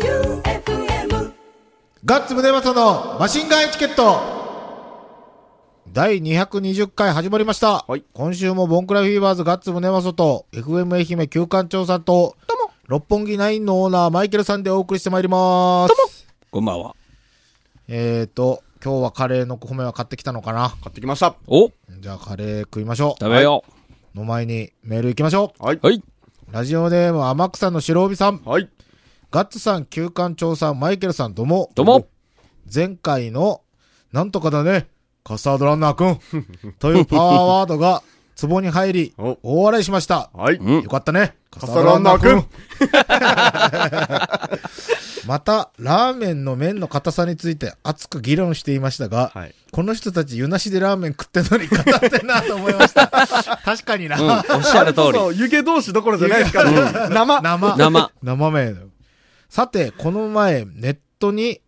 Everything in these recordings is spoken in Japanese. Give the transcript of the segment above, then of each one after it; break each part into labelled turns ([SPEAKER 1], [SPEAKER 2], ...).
[SPEAKER 1] J-O-E-U-F-M
[SPEAKER 2] ガッツムネマソのマシンガンエチケット第220回始まりました、
[SPEAKER 3] はい
[SPEAKER 2] 今週もボンクラフィーバーズガッツムネマソと FM 愛媛旧館長さんと六本木ナインのオーナーマイケルさんでお送りしてまいります
[SPEAKER 4] こんばんは。
[SPEAKER 2] えーと今日はカレーの米は買ってきたのかな
[SPEAKER 3] 買ってきました。
[SPEAKER 4] お
[SPEAKER 2] じゃあカレー食いましょう
[SPEAKER 4] 食べよ。。
[SPEAKER 2] の前にメール行きましょ
[SPEAKER 3] はいう
[SPEAKER 4] はい。
[SPEAKER 2] うラジオネーム天草の白帯さん
[SPEAKER 3] はい。
[SPEAKER 2] ガッツさん旧館長さんマイケルさんどうも
[SPEAKER 4] どうも。
[SPEAKER 2] 前回の、なんとかだね、カスタードランナーく ん、というパワーワードが、ツボに入り、
[SPEAKER 3] お
[SPEAKER 2] 大笑いしました。
[SPEAKER 3] はい。
[SPEAKER 4] うん
[SPEAKER 2] よかったね、カ
[SPEAKER 3] スタードランナーくん
[SPEAKER 2] スタードランナーくんまた、ラーメンの麺の硬さについて熱く議論していましたが、
[SPEAKER 3] はい。
[SPEAKER 2] この人たち湯なしでラーメン食ってんのに硬ってんなと思いま した。確かにな。
[SPEAKER 4] うん、おっしゃる通
[SPEAKER 3] そう
[SPEAKER 4] り。
[SPEAKER 3] そう、湯気同士どころじゃないですからね。生。
[SPEAKER 2] 生。
[SPEAKER 4] 生。
[SPEAKER 2] 生麺だよさて、この前、ネットに、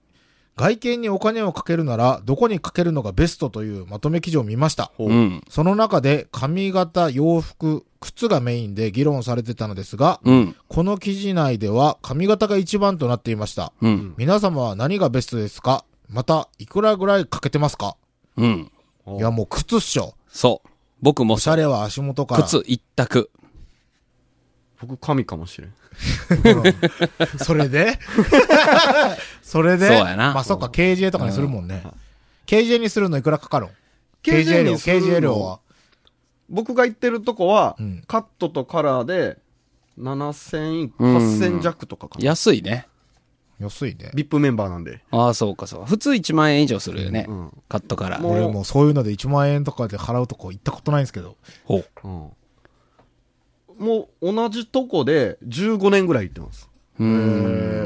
[SPEAKER 2] 外見にお金をかけるなら、どこにかけるのがベストというまとめ記事を見ました。
[SPEAKER 3] ほう
[SPEAKER 4] うん。
[SPEAKER 2] その中で、髪型、洋服、靴がメインで議論されてたのですが、
[SPEAKER 4] うん。
[SPEAKER 2] この記事内では、髪型が一番となっていました。
[SPEAKER 4] うん。
[SPEAKER 2] 皆様は何がベストですかまた、いくらぐらいかけてますか
[SPEAKER 4] うん。
[SPEAKER 3] お
[SPEAKER 2] いや、もう靴っしょ。
[SPEAKER 4] そう。僕も
[SPEAKER 2] おしゃれは足元から。
[SPEAKER 4] 靴一択。
[SPEAKER 3] 僕、神かもしれん。
[SPEAKER 2] うんそれで それで
[SPEAKER 4] そうやな
[SPEAKER 2] まあそっか、KJ とかにするもんね。KJ にするのいくらかかるん
[SPEAKER 3] KJ にするの
[SPEAKER 2] KJ 量は。
[SPEAKER 3] 僕が行ってるとこは
[SPEAKER 2] うん、
[SPEAKER 3] カットとカラーで、7000、
[SPEAKER 4] うん
[SPEAKER 3] 8000弱とかかな。
[SPEAKER 4] 安いね。
[SPEAKER 2] 安いね。
[SPEAKER 3] ビップメンバーなんで。
[SPEAKER 4] ああ、そうかそうか。普通1万円以上するよね。
[SPEAKER 3] うん
[SPEAKER 4] カットから。
[SPEAKER 3] も
[SPEAKER 2] 俺もうそういうので1万円とかで払うとこ行ったことないんですけど。
[SPEAKER 4] ほう。
[SPEAKER 3] うんもう、同じとこで、15年ぐらい行ってます。
[SPEAKER 4] うー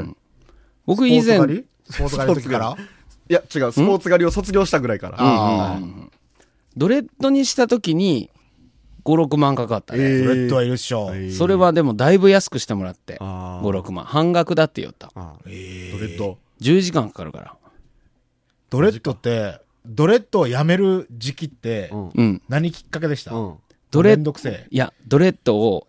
[SPEAKER 4] ん。僕以前、
[SPEAKER 2] スポーツ狩
[SPEAKER 4] う
[SPEAKER 2] りスポーツ狩りの時から
[SPEAKER 3] いや、違う、スポーツ狩りを卒業したぐらいから。
[SPEAKER 2] ああ。
[SPEAKER 4] んドレッドにした時に5、6万かかったね。
[SPEAKER 2] ブ
[SPEAKER 3] え
[SPEAKER 2] レッドはいるっしょ。
[SPEAKER 3] ー
[SPEAKER 4] それ、はでもだいぶ安くしてもらって。
[SPEAKER 3] あ
[SPEAKER 4] 5、
[SPEAKER 3] ー
[SPEAKER 4] 6万。半額だって言った。
[SPEAKER 3] あー
[SPEAKER 2] えー
[SPEAKER 3] ドレッド。
[SPEAKER 4] 10時間かかるから。
[SPEAKER 2] ドレッドって、ドレッドをやめる時期って、
[SPEAKER 3] うん
[SPEAKER 4] うん。
[SPEAKER 2] 何きっかけでした
[SPEAKER 3] うん。
[SPEAKER 4] ドレ
[SPEAKER 2] めんどくせえ。
[SPEAKER 4] いや、ドレッドを、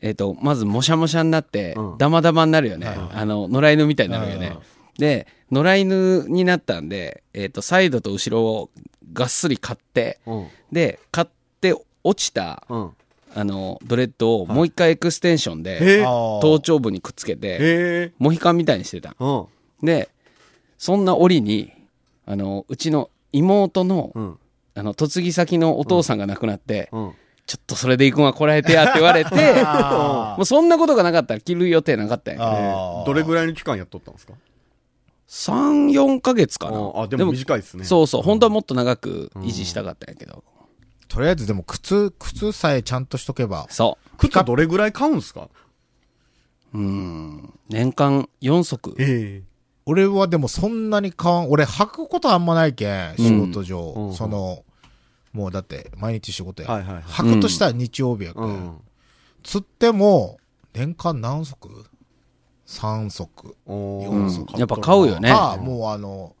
[SPEAKER 4] えっ、と、まず、もしゃもしゃになって
[SPEAKER 3] う、ん
[SPEAKER 4] ダマダマになるよね。あの、野良犬みたいになるよね。で、野良犬になったんで、えっ、と、サイドと後ろをがっすり買って、
[SPEAKER 3] うん。
[SPEAKER 4] で、買って落ちた、
[SPEAKER 3] うん。
[SPEAKER 4] あの、ドレッドをもう一回エクステンションで、
[SPEAKER 3] えー
[SPEAKER 2] あー
[SPEAKER 4] 頭頂部にくっつけて、
[SPEAKER 3] え
[SPEAKER 4] モヒカンみたいにしてた。
[SPEAKER 3] ー。
[SPEAKER 4] で、そんな折に、あの、うちの妹の、
[SPEAKER 3] うん。うん。
[SPEAKER 4] あの、嫁ぎ先のお父さんが亡くなって、
[SPEAKER 3] うん。
[SPEAKER 4] ちょっとそれで行くんはこらえてやって言われて、
[SPEAKER 2] あ
[SPEAKER 4] もうそんなことがなかったら着る予定なかったん
[SPEAKER 2] ー
[SPEAKER 4] や
[SPEAKER 2] あー。
[SPEAKER 3] どれぐらいの期間やっとったんですか
[SPEAKER 4] 3、4ヶ月かな。
[SPEAKER 3] ああでも短いですね
[SPEAKER 4] そうそう、本当はもっと長く維持したかったんやけど。
[SPEAKER 2] とりあえずでも靴、靴さえちゃんとしとけば。
[SPEAKER 4] そ
[SPEAKER 3] 靴どれぐらい買うんすか
[SPEAKER 4] う。うん。年間4足。
[SPEAKER 3] え
[SPEAKER 2] 俺はでもそんなに買わん。俺履くことあんまないけん、仕事上。
[SPEAKER 3] うん
[SPEAKER 2] その、もうだって毎日仕事や。
[SPEAKER 3] はいはいはい
[SPEAKER 2] 履くとしたら日曜日やけ、。
[SPEAKER 3] うんん
[SPEAKER 2] つっても、年間何足 ?3 足。
[SPEAKER 4] うん
[SPEAKER 3] お
[SPEAKER 2] そう
[SPEAKER 4] やっぱ買うよね。
[SPEAKER 2] ああ、もうあの、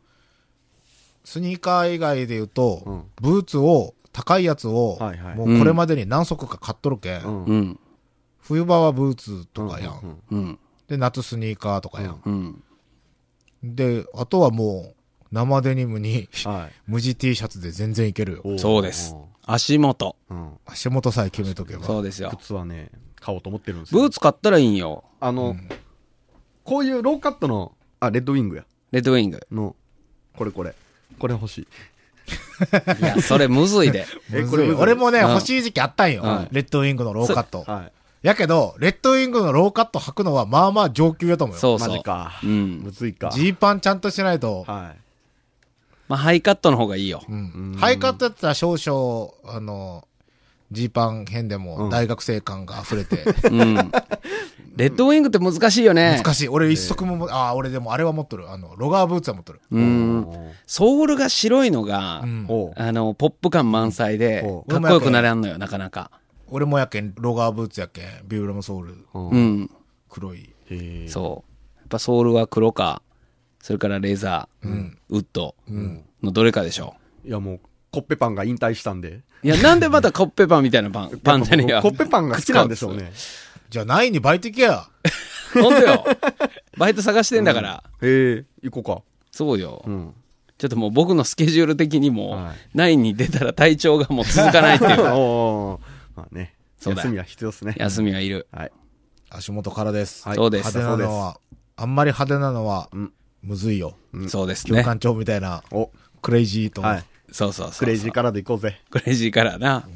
[SPEAKER 2] スニーカー以外で言うと、
[SPEAKER 3] うん
[SPEAKER 2] ブーツを、高いやつを、
[SPEAKER 3] はいはい
[SPEAKER 2] もうこれまでに何足か買っとるけん。
[SPEAKER 3] うん
[SPEAKER 4] うん。
[SPEAKER 2] 冬場はブーツとかやん。
[SPEAKER 3] うん
[SPEAKER 4] うん。
[SPEAKER 2] で、夏スニーカーとかやん。
[SPEAKER 4] うん。
[SPEAKER 2] で、あとはもう、生デニムに、
[SPEAKER 3] はい
[SPEAKER 2] 無地 T シャツで全然いけるよ。
[SPEAKER 3] お
[SPEAKER 4] そうです。足元。
[SPEAKER 3] うん
[SPEAKER 2] 足元さえ決めとけば。
[SPEAKER 4] そうですよ。
[SPEAKER 3] 靴はね買おうと思ってるんです
[SPEAKER 4] ブ
[SPEAKER 3] よ
[SPEAKER 4] ーツ買ったらいいんよ。
[SPEAKER 3] あのこういうローカットのあレッドウィングや
[SPEAKER 4] レッドウィング。
[SPEAKER 3] のこれこれこれ欲しい
[SPEAKER 4] いや、それむずいで。
[SPEAKER 2] むずい
[SPEAKER 3] えこれむずい
[SPEAKER 2] 俺もね、
[SPEAKER 4] うん
[SPEAKER 2] 欲しい時期あったんよ
[SPEAKER 4] うん。
[SPEAKER 2] レッドウィングのローカット。
[SPEAKER 3] は
[SPEAKER 2] やけど、レッドウィングのローカット履くのは、まあまあ上級やと思うよ。
[SPEAKER 4] そう
[SPEAKER 3] い
[SPEAKER 4] そ
[SPEAKER 3] マ
[SPEAKER 4] う。
[SPEAKER 3] ジか
[SPEAKER 4] うん
[SPEAKER 3] むずいか
[SPEAKER 2] ジーパンちゃんとしないと、
[SPEAKER 3] はい
[SPEAKER 4] まあ、ハイカットの方がいいよ。
[SPEAKER 2] うん。ハイカットやったら少々、あの、ジーパン編でも大学生感が溢れて、
[SPEAKER 4] うん。レッドウィングって難しいよね。
[SPEAKER 2] 難しい。俺一足もも、ああ、俺でもあれは持っとる。あの、ロガーブーツは持っとる。
[SPEAKER 4] うん。ソールが白いのが、
[SPEAKER 2] うん
[SPEAKER 3] おう
[SPEAKER 4] あの、ポップ感満載で
[SPEAKER 3] お、う
[SPEAKER 4] かっこよくならんのよ、なかなか。
[SPEAKER 2] 俺もやけん、ロガーブーツやけん、ビューラムソール、
[SPEAKER 3] う
[SPEAKER 4] うんん。
[SPEAKER 2] 黒い。
[SPEAKER 3] へー
[SPEAKER 4] そう。やっぱソールは黒か、それからレザー、ウッドのどれかでしょ
[SPEAKER 3] いやもうコッペパンが引退したんで
[SPEAKER 4] う。いや、なん でまたコッペパンみたいなパン、パンじゃねえや
[SPEAKER 3] コッペパンが好きなんでしょうね
[SPEAKER 2] じゃあ、ないにバイト行けや。
[SPEAKER 4] 本当よ。 バイト探してんだから。
[SPEAKER 3] へえ、行こ
[SPEAKER 4] そうよ
[SPEAKER 3] うか。う。ん。
[SPEAKER 4] ちょっともう僕のスケジュール的にも
[SPEAKER 3] はい、
[SPEAKER 4] ないに出たら体調がもう続かないっていう。
[SPEAKER 3] おーまあね。
[SPEAKER 4] そうだ
[SPEAKER 3] 休みは必要ですね。
[SPEAKER 4] 休みはいる。
[SPEAKER 3] はい。
[SPEAKER 2] 足元からです。
[SPEAKER 3] はい
[SPEAKER 4] そうです
[SPEAKER 2] 派手なのは、あんまり派手なのは
[SPEAKER 3] うん、
[SPEAKER 2] むずいよ。
[SPEAKER 4] そうです
[SPEAKER 2] 教
[SPEAKER 4] ね。
[SPEAKER 2] 官長みたいな、
[SPEAKER 3] お、
[SPEAKER 2] クレイジーと。
[SPEAKER 3] はい。
[SPEAKER 4] そうそうそう。
[SPEAKER 3] クレイジーからで行こうぜ。
[SPEAKER 4] クレイジーからな。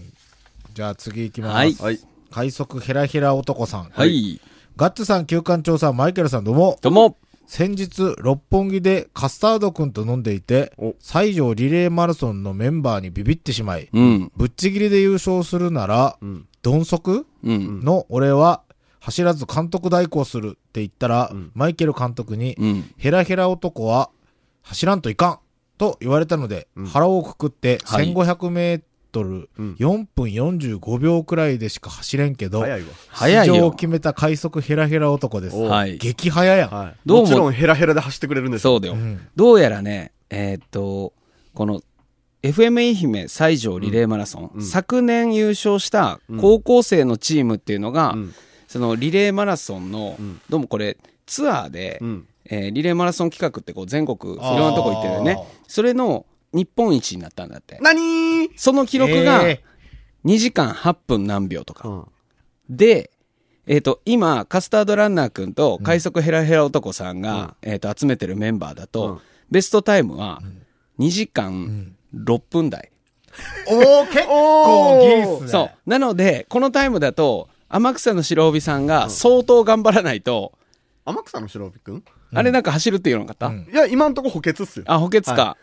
[SPEAKER 2] じゃあ次行きます。
[SPEAKER 4] はい
[SPEAKER 3] はい。
[SPEAKER 2] 快速ヘラヘラ男さん。
[SPEAKER 4] はい。
[SPEAKER 2] ガッツさん、旧館長さん、マイケルさん、どうも。
[SPEAKER 4] どうも。
[SPEAKER 2] 先日、六本木でカスタード君と飲んでいて
[SPEAKER 3] お、
[SPEAKER 2] 西条リレーマラソンのメンバーにビビってしまい、
[SPEAKER 4] うん。
[SPEAKER 2] ぶっちぎりで優勝するなら、
[SPEAKER 3] ん
[SPEAKER 2] 鈍足
[SPEAKER 4] うん。
[SPEAKER 2] の俺は走らず監督代行するって言ったら、マイケル監督に、
[SPEAKER 4] うん。
[SPEAKER 2] ヘラヘラ男は走らんといかんと言われたので、腹をくくって
[SPEAKER 4] はい
[SPEAKER 2] 1500メートル
[SPEAKER 3] うん
[SPEAKER 2] 4分45秒くらいでしか走れんけど、
[SPEAKER 3] 早いわ。
[SPEAKER 4] 早い
[SPEAKER 2] 出場を
[SPEAKER 4] よ。
[SPEAKER 2] 決めた快速ヘラヘラ男です。
[SPEAKER 3] お
[SPEAKER 4] はい。
[SPEAKER 2] 激早やん。
[SPEAKER 3] はい。
[SPEAKER 4] どうも
[SPEAKER 3] もちろんヘラヘラで走ってくれるんです
[SPEAKER 4] そうだよ。
[SPEAKER 2] ん
[SPEAKER 4] どうやらね、えーっと、この、FM 愛媛西条リレーマラソン、
[SPEAKER 3] うん
[SPEAKER 4] 昨年優勝した高校生のチームっていうのが、
[SPEAKER 3] うん
[SPEAKER 4] そのリレーマラソンの、
[SPEAKER 3] うん
[SPEAKER 4] どうもこれツアーで、
[SPEAKER 3] うん。
[SPEAKER 4] えーリレーマラソン企画ってこう全国いろん
[SPEAKER 2] あー
[SPEAKER 4] なとこ行ってるよねそれの日本一になったんだって
[SPEAKER 3] なにー
[SPEAKER 4] その記録が
[SPEAKER 2] え
[SPEAKER 4] 2時間8分何秒とか、
[SPEAKER 3] ん。
[SPEAKER 4] で、えー、と今カスタードランナー君と快速ヘラヘラ男さんが、えー、と集めてるメンバーだと、
[SPEAKER 3] うん
[SPEAKER 4] ベストタイムは2時間6分台、
[SPEAKER 2] ーおー、結構ギリっすね。
[SPEAKER 4] そうなのでこのタイムだと天草の白帯さんが相当頑張らないと、
[SPEAKER 3] 天草の白帯くん
[SPEAKER 4] あれなんか走るっていうのかった、
[SPEAKER 2] うん
[SPEAKER 3] いや、今んとこ補欠っすよ。
[SPEAKER 4] あ補欠か、
[SPEAKER 3] は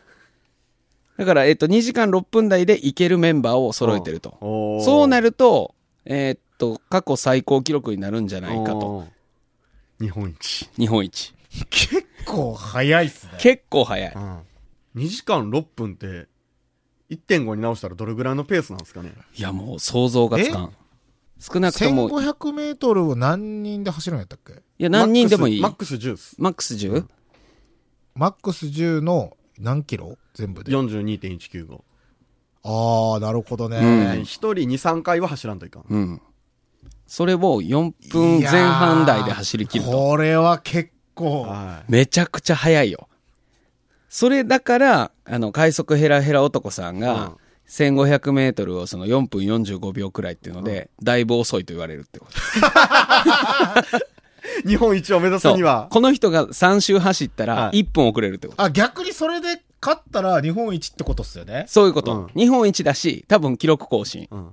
[SPEAKER 4] だから、えっと2時間6分台でいけるメンバーを揃えてると、
[SPEAKER 3] おー
[SPEAKER 4] そうなるとえーっと過去最高記録になるんじゃないかと
[SPEAKER 3] おー。日本一。
[SPEAKER 4] 日本一
[SPEAKER 2] 結構早いっすね。
[SPEAKER 4] 結構早い
[SPEAKER 3] うん。2時間6分って、1.5に直したらどれぐらいのペースなんですかね
[SPEAKER 4] いやもう想像がつかん少なくとも
[SPEAKER 2] 1500メートルを何人で走るんやったっけ
[SPEAKER 4] いや何人でもいい
[SPEAKER 3] マックスマックス
[SPEAKER 4] マックス 10?、
[SPEAKER 2] マックス10の何キロ全部で。
[SPEAKER 3] 10。42.195。
[SPEAKER 2] ああ、なるほどね。
[SPEAKER 4] うん
[SPEAKER 3] 1人2、3回は走らんといかん。
[SPEAKER 4] うんそれを4分前半台で走り切る
[SPEAKER 2] いやー
[SPEAKER 4] と
[SPEAKER 2] これは結構。
[SPEAKER 3] はい。
[SPEAKER 4] めちゃくちゃ早いよそれだからあの快速ヘラヘラ男さん
[SPEAKER 3] う
[SPEAKER 4] が
[SPEAKER 3] ん
[SPEAKER 4] 1500m をその4分45秒くらいっていうので、だいぶ遅いと言われるってこと
[SPEAKER 3] 日本一を目指す
[SPEAKER 4] そう
[SPEAKER 3] には、
[SPEAKER 4] この人が3周走ったら
[SPEAKER 3] はい
[SPEAKER 4] 1分遅れるってこと、
[SPEAKER 2] あ、逆にそれで勝ったら日本一ってことっすよね。
[SPEAKER 4] そういうこと、
[SPEAKER 3] うん
[SPEAKER 4] 日本一だし多分記録更新
[SPEAKER 3] うん。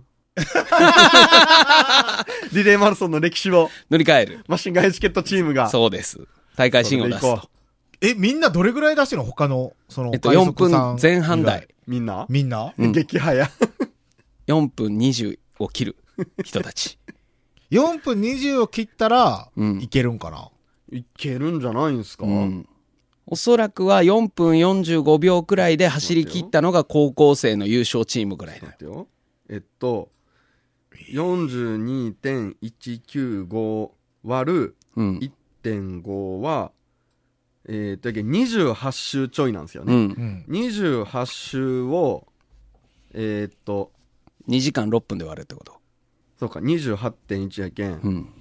[SPEAKER 3] リレーマラソンの歴史を、
[SPEAKER 4] 塗り替える
[SPEAKER 3] マシンガンエチケットチームが、
[SPEAKER 4] そうです大会新を出す
[SPEAKER 3] それ
[SPEAKER 4] と
[SPEAKER 3] で行こ
[SPEAKER 2] え、みんなどれぐらい出してるの他の、その、
[SPEAKER 4] えっと、
[SPEAKER 2] 快
[SPEAKER 4] 4
[SPEAKER 2] 速さん
[SPEAKER 4] 分前半
[SPEAKER 2] 以
[SPEAKER 4] 台
[SPEAKER 2] 外。
[SPEAKER 3] みんな、
[SPEAKER 2] みんな
[SPEAKER 4] うん
[SPEAKER 3] 激早。
[SPEAKER 4] 4分20を切る人た ち。
[SPEAKER 2] ?4 分20を切ったら、
[SPEAKER 4] うん
[SPEAKER 2] いけるんかな、
[SPEAKER 3] いけるんじゃないんすか、
[SPEAKER 4] うんおそらくは4分45秒くらいで走り切ったのが高校生の優勝チームくらいだよ
[SPEAKER 3] 待ってよ。えっと、42.195割る
[SPEAKER 4] うん。
[SPEAKER 3] 1.5は、えー、と、28周ちょいなんですよ
[SPEAKER 4] う
[SPEAKER 3] ね。
[SPEAKER 4] ん
[SPEAKER 2] う。ん、
[SPEAKER 3] 28周を、えー、っと、
[SPEAKER 4] 2時間6分で割るってこと。
[SPEAKER 3] そうか、28.1やけ、
[SPEAKER 4] うんん。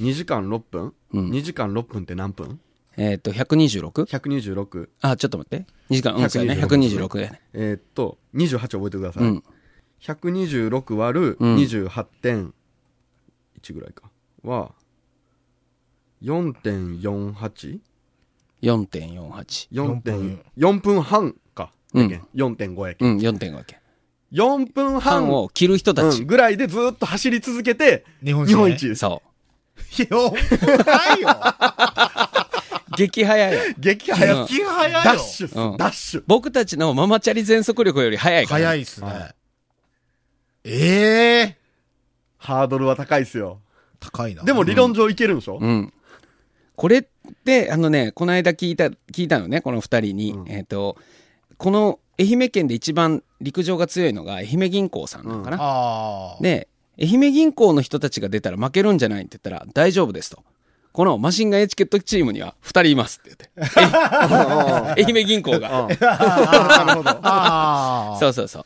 [SPEAKER 3] 2時間6分、
[SPEAKER 4] うん
[SPEAKER 3] 2時間6分って何分
[SPEAKER 4] えっと、126?
[SPEAKER 3] 126
[SPEAKER 4] あ、ちょっと待って。2時間、うん、そうやね。
[SPEAKER 3] 126
[SPEAKER 4] 126だよね。
[SPEAKER 3] えー、っと28覚えてください、
[SPEAKER 4] うん。
[SPEAKER 3] 126割る
[SPEAKER 4] うん
[SPEAKER 3] 28.1ぐらいかは 4.48?
[SPEAKER 4] 4.48。
[SPEAKER 3] 4
[SPEAKER 2] 分
[SPEAKER 3] 点4分半か、
[SPEAKER 4] うん
[SPEAKER 3] やけ4.5やけ、
[SPEAKER 4] うん、4.5やけ。
[SPEAKER 3] 4分半
[SPEAKER 4] 半を切る人た
[SPEAKER 3] うん
[SPEAKER 4] ち。
[SPEAKER 3] ぐらいでずーっと走り続けて
[SPEAKER 2] 日本一、
[SPEAKER 3] 日本一。です
[SPEAKER 4] そ
[SPEAKER 2] よ、早いよ。
[SPEAKER 4] う。激早いよ。
[SPEAKER 3] 激速
[SPEAKER 4] うん
[SPEAKER 3] ダ
[SPEAKER 2] 気早いよ。
[SPEAKER 3] ッシュっす、
[SPEAKER 4] うん
[SPEAKER 3] ダッシュ
[SPEAKER 4] 僕たちのママチャリ全速力より早いから。
[SPEAKER 2] 早
[SPEAKER 4] い。
[SPEAKER 2] いっすね。
[SPEAKER 3] はい
[SPEAKER 2] ええ
[SPEAKER 3] ハードルは高いっすよ
[SPEAKER 2] ー、高いな。
[SPEAKER 3] でも理論上いけるんでしょ、
[SPEAKER 4] うん。これって、あのね、この間聞いた、聞いたのね、この二人に。
[SPEAKER 3] うん
[SPEAKER 4] えっ、と、この愛媛県で一番陸上が強いのが愛媛銀行さんなのかな。
[SPEAKER 2] ああ。
[SPEAKER 4] で、愛媛銀行の人たちが出たら負けるんじゃないって言ったら、大丈夫ですと。このマシンガンエチケットチームには二人いますって言って。え愛媛銀行が。
[SPEAKER 3] なるほど
[SPEAKER 2] ああ。
[SPEAKER 4] そうそうそう。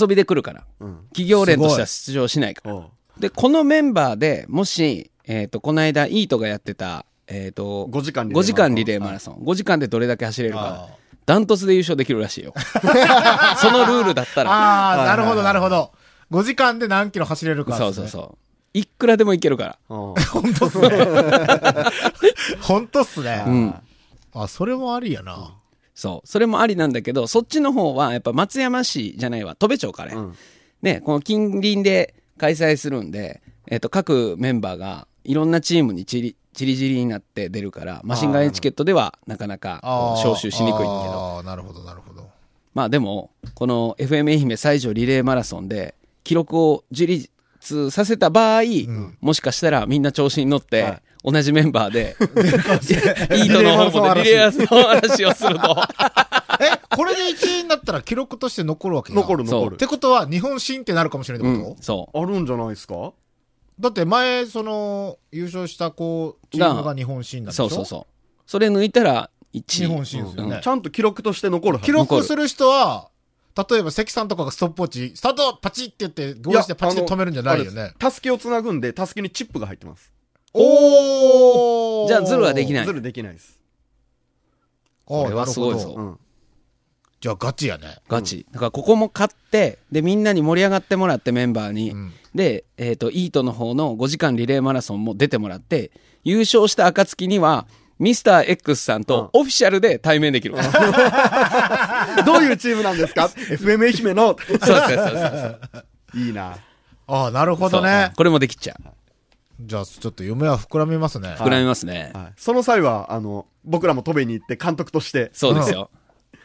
[SPEAKER 4] 遊びで来るから。
[SPEAKER 3] うん
[SPEAKER 4] 企業連としては出場しないから。
[SPEAKER 3] おう
[SPEAKER 4] で、このメンバーでもし、えっ、と、この間、イートがやってた、えっ、と、
[SPEAKER 3] 5時間リレーマラソン
[SPEAKER 4] 5時間リレーマラソン。5時間でどれだけ走れるか。ダントツで優勝できるらし いよ。そのルールだったら。
[SPEAKER 2] ああ、
[SPEAKER 3] はい
[SPEAKER 2] な
[SPEAKER 3] はい
[SPEAKER 2] るほど、なるほど。5時間で何キロ走れるか、
[SPEAKER 4] そうそうそう。いくらでもいけるか
[SPEAKER 3] うん
[SPEAKER 2] う。本当っすね。本当っすね
[SPEAKER 4] ら。う。ん。
[SPEAKER 2] あ、それもありやな。
[SPEAKER 4] そう。それもありなんだけど、そっちの方は、やっぱ松山市じゃないわ、戸部町かね。
[SPEAKER 3] うん
[SPEAKER 4] ね、この近隣で開催するんで、えっ、と、各メンバーがいろんなチームにちり、ちりじりになって出るから、マシンガンエチケットではなかなかこう
[SPEAKER 2] ー
[SPEAKER 4] 招集しにくいけど。
[SPEAKER 2] ああ、なるほど、なるほど。
[SPEAKER 4] まあでも、この FM 愛媛最上リレーマラソンで記録を樹立させた場合、もしかしたらみんな調子に乗って、同じメンバーで、 イートの方も でリレーマラソン話をする と。
[SPEAKER 2] え、これで1位になったら記録として残るわけや
[SPEAKER 3] 残る
[SPEAKER 4] そ
[SPEAKER 3] 残
[SPEAKER 4] う
[SPEAKER 2] っ
[SPEAKER 3] る
[SPEAKER 2] てことは、日本新ってなるかもしれな
[SPEAKER 4] う
[SPEAKER 2] いってこと、
[SPEAKER 4] ん、そう。
[SPEAKER 3] あるんじゃないですか
[SPEAKER 2] だって前、その、優勝した、こう、チームが日本新なんでし
[SPEAKER 4] そ
[SPEAKER 2] ょ
[SPEAKER 4] うそうそう。それ抜いたら1
[SPEAKER 2] 日本新ですよね。
[SPEAKER 3] ちゃんと記録として残るはず
[SPEAKER 2] 記録する人は、例えば関さんとかがストップウォッチ、スタートパチって言って、ゴールしてパチって止めるんじゃないよ
[SPEAKER 3] あのあ
[SPEAKER 2] ね
[SPEAKER 3] れ。たすきをつなぐんで、たすきにチップが入ってます。
[SPEAKER 2] おー
[SPEAKER 4] じゃあズルはできない
[SPEAKER 3] ズルできないです。
[SPEAKER 2] ああ
[SPEAKER 4] これはすごいぞ
[SPEAKER 2] なるほど
[SPEAKER 3] うん。
[SPEAKER 2] じゃあガチやね。
[SPEAKER 4] ガチ。だからここも買って、で、みんなに盛り上がってもらってメンバーに。
[SPEAKER 2] うん
[SPEAKER 4] で、えっ、と、イートの方の5時間リレーマラソンも出てもらって、優勝した暁には、ミスター X さんとオフィシャルで対面できる。そう
[SPEAKER 3] どういうチームなんです か ?FM 愛媛の。
[SPEAKER 4] そうそうそう
[SPEAKER 3] いいな。
[SPEAKER 2] ああ、なるほ
[SPEAKER 4] そ
[SPEAKER 2] ど
[SPEAKER 4] う。
[SPEAKER 2] ね。
[SPEAKER 4] これもできちゃう。
[SPEAKER 2] じゃあ、ちょっと夢は膨らみますね。
[SPEAKER 4] 膨らみますね。
[SPEAKER 3] はいその際は、あの、僕らも飛べに行って監督として、
[SPEAKER 4] そうですよ。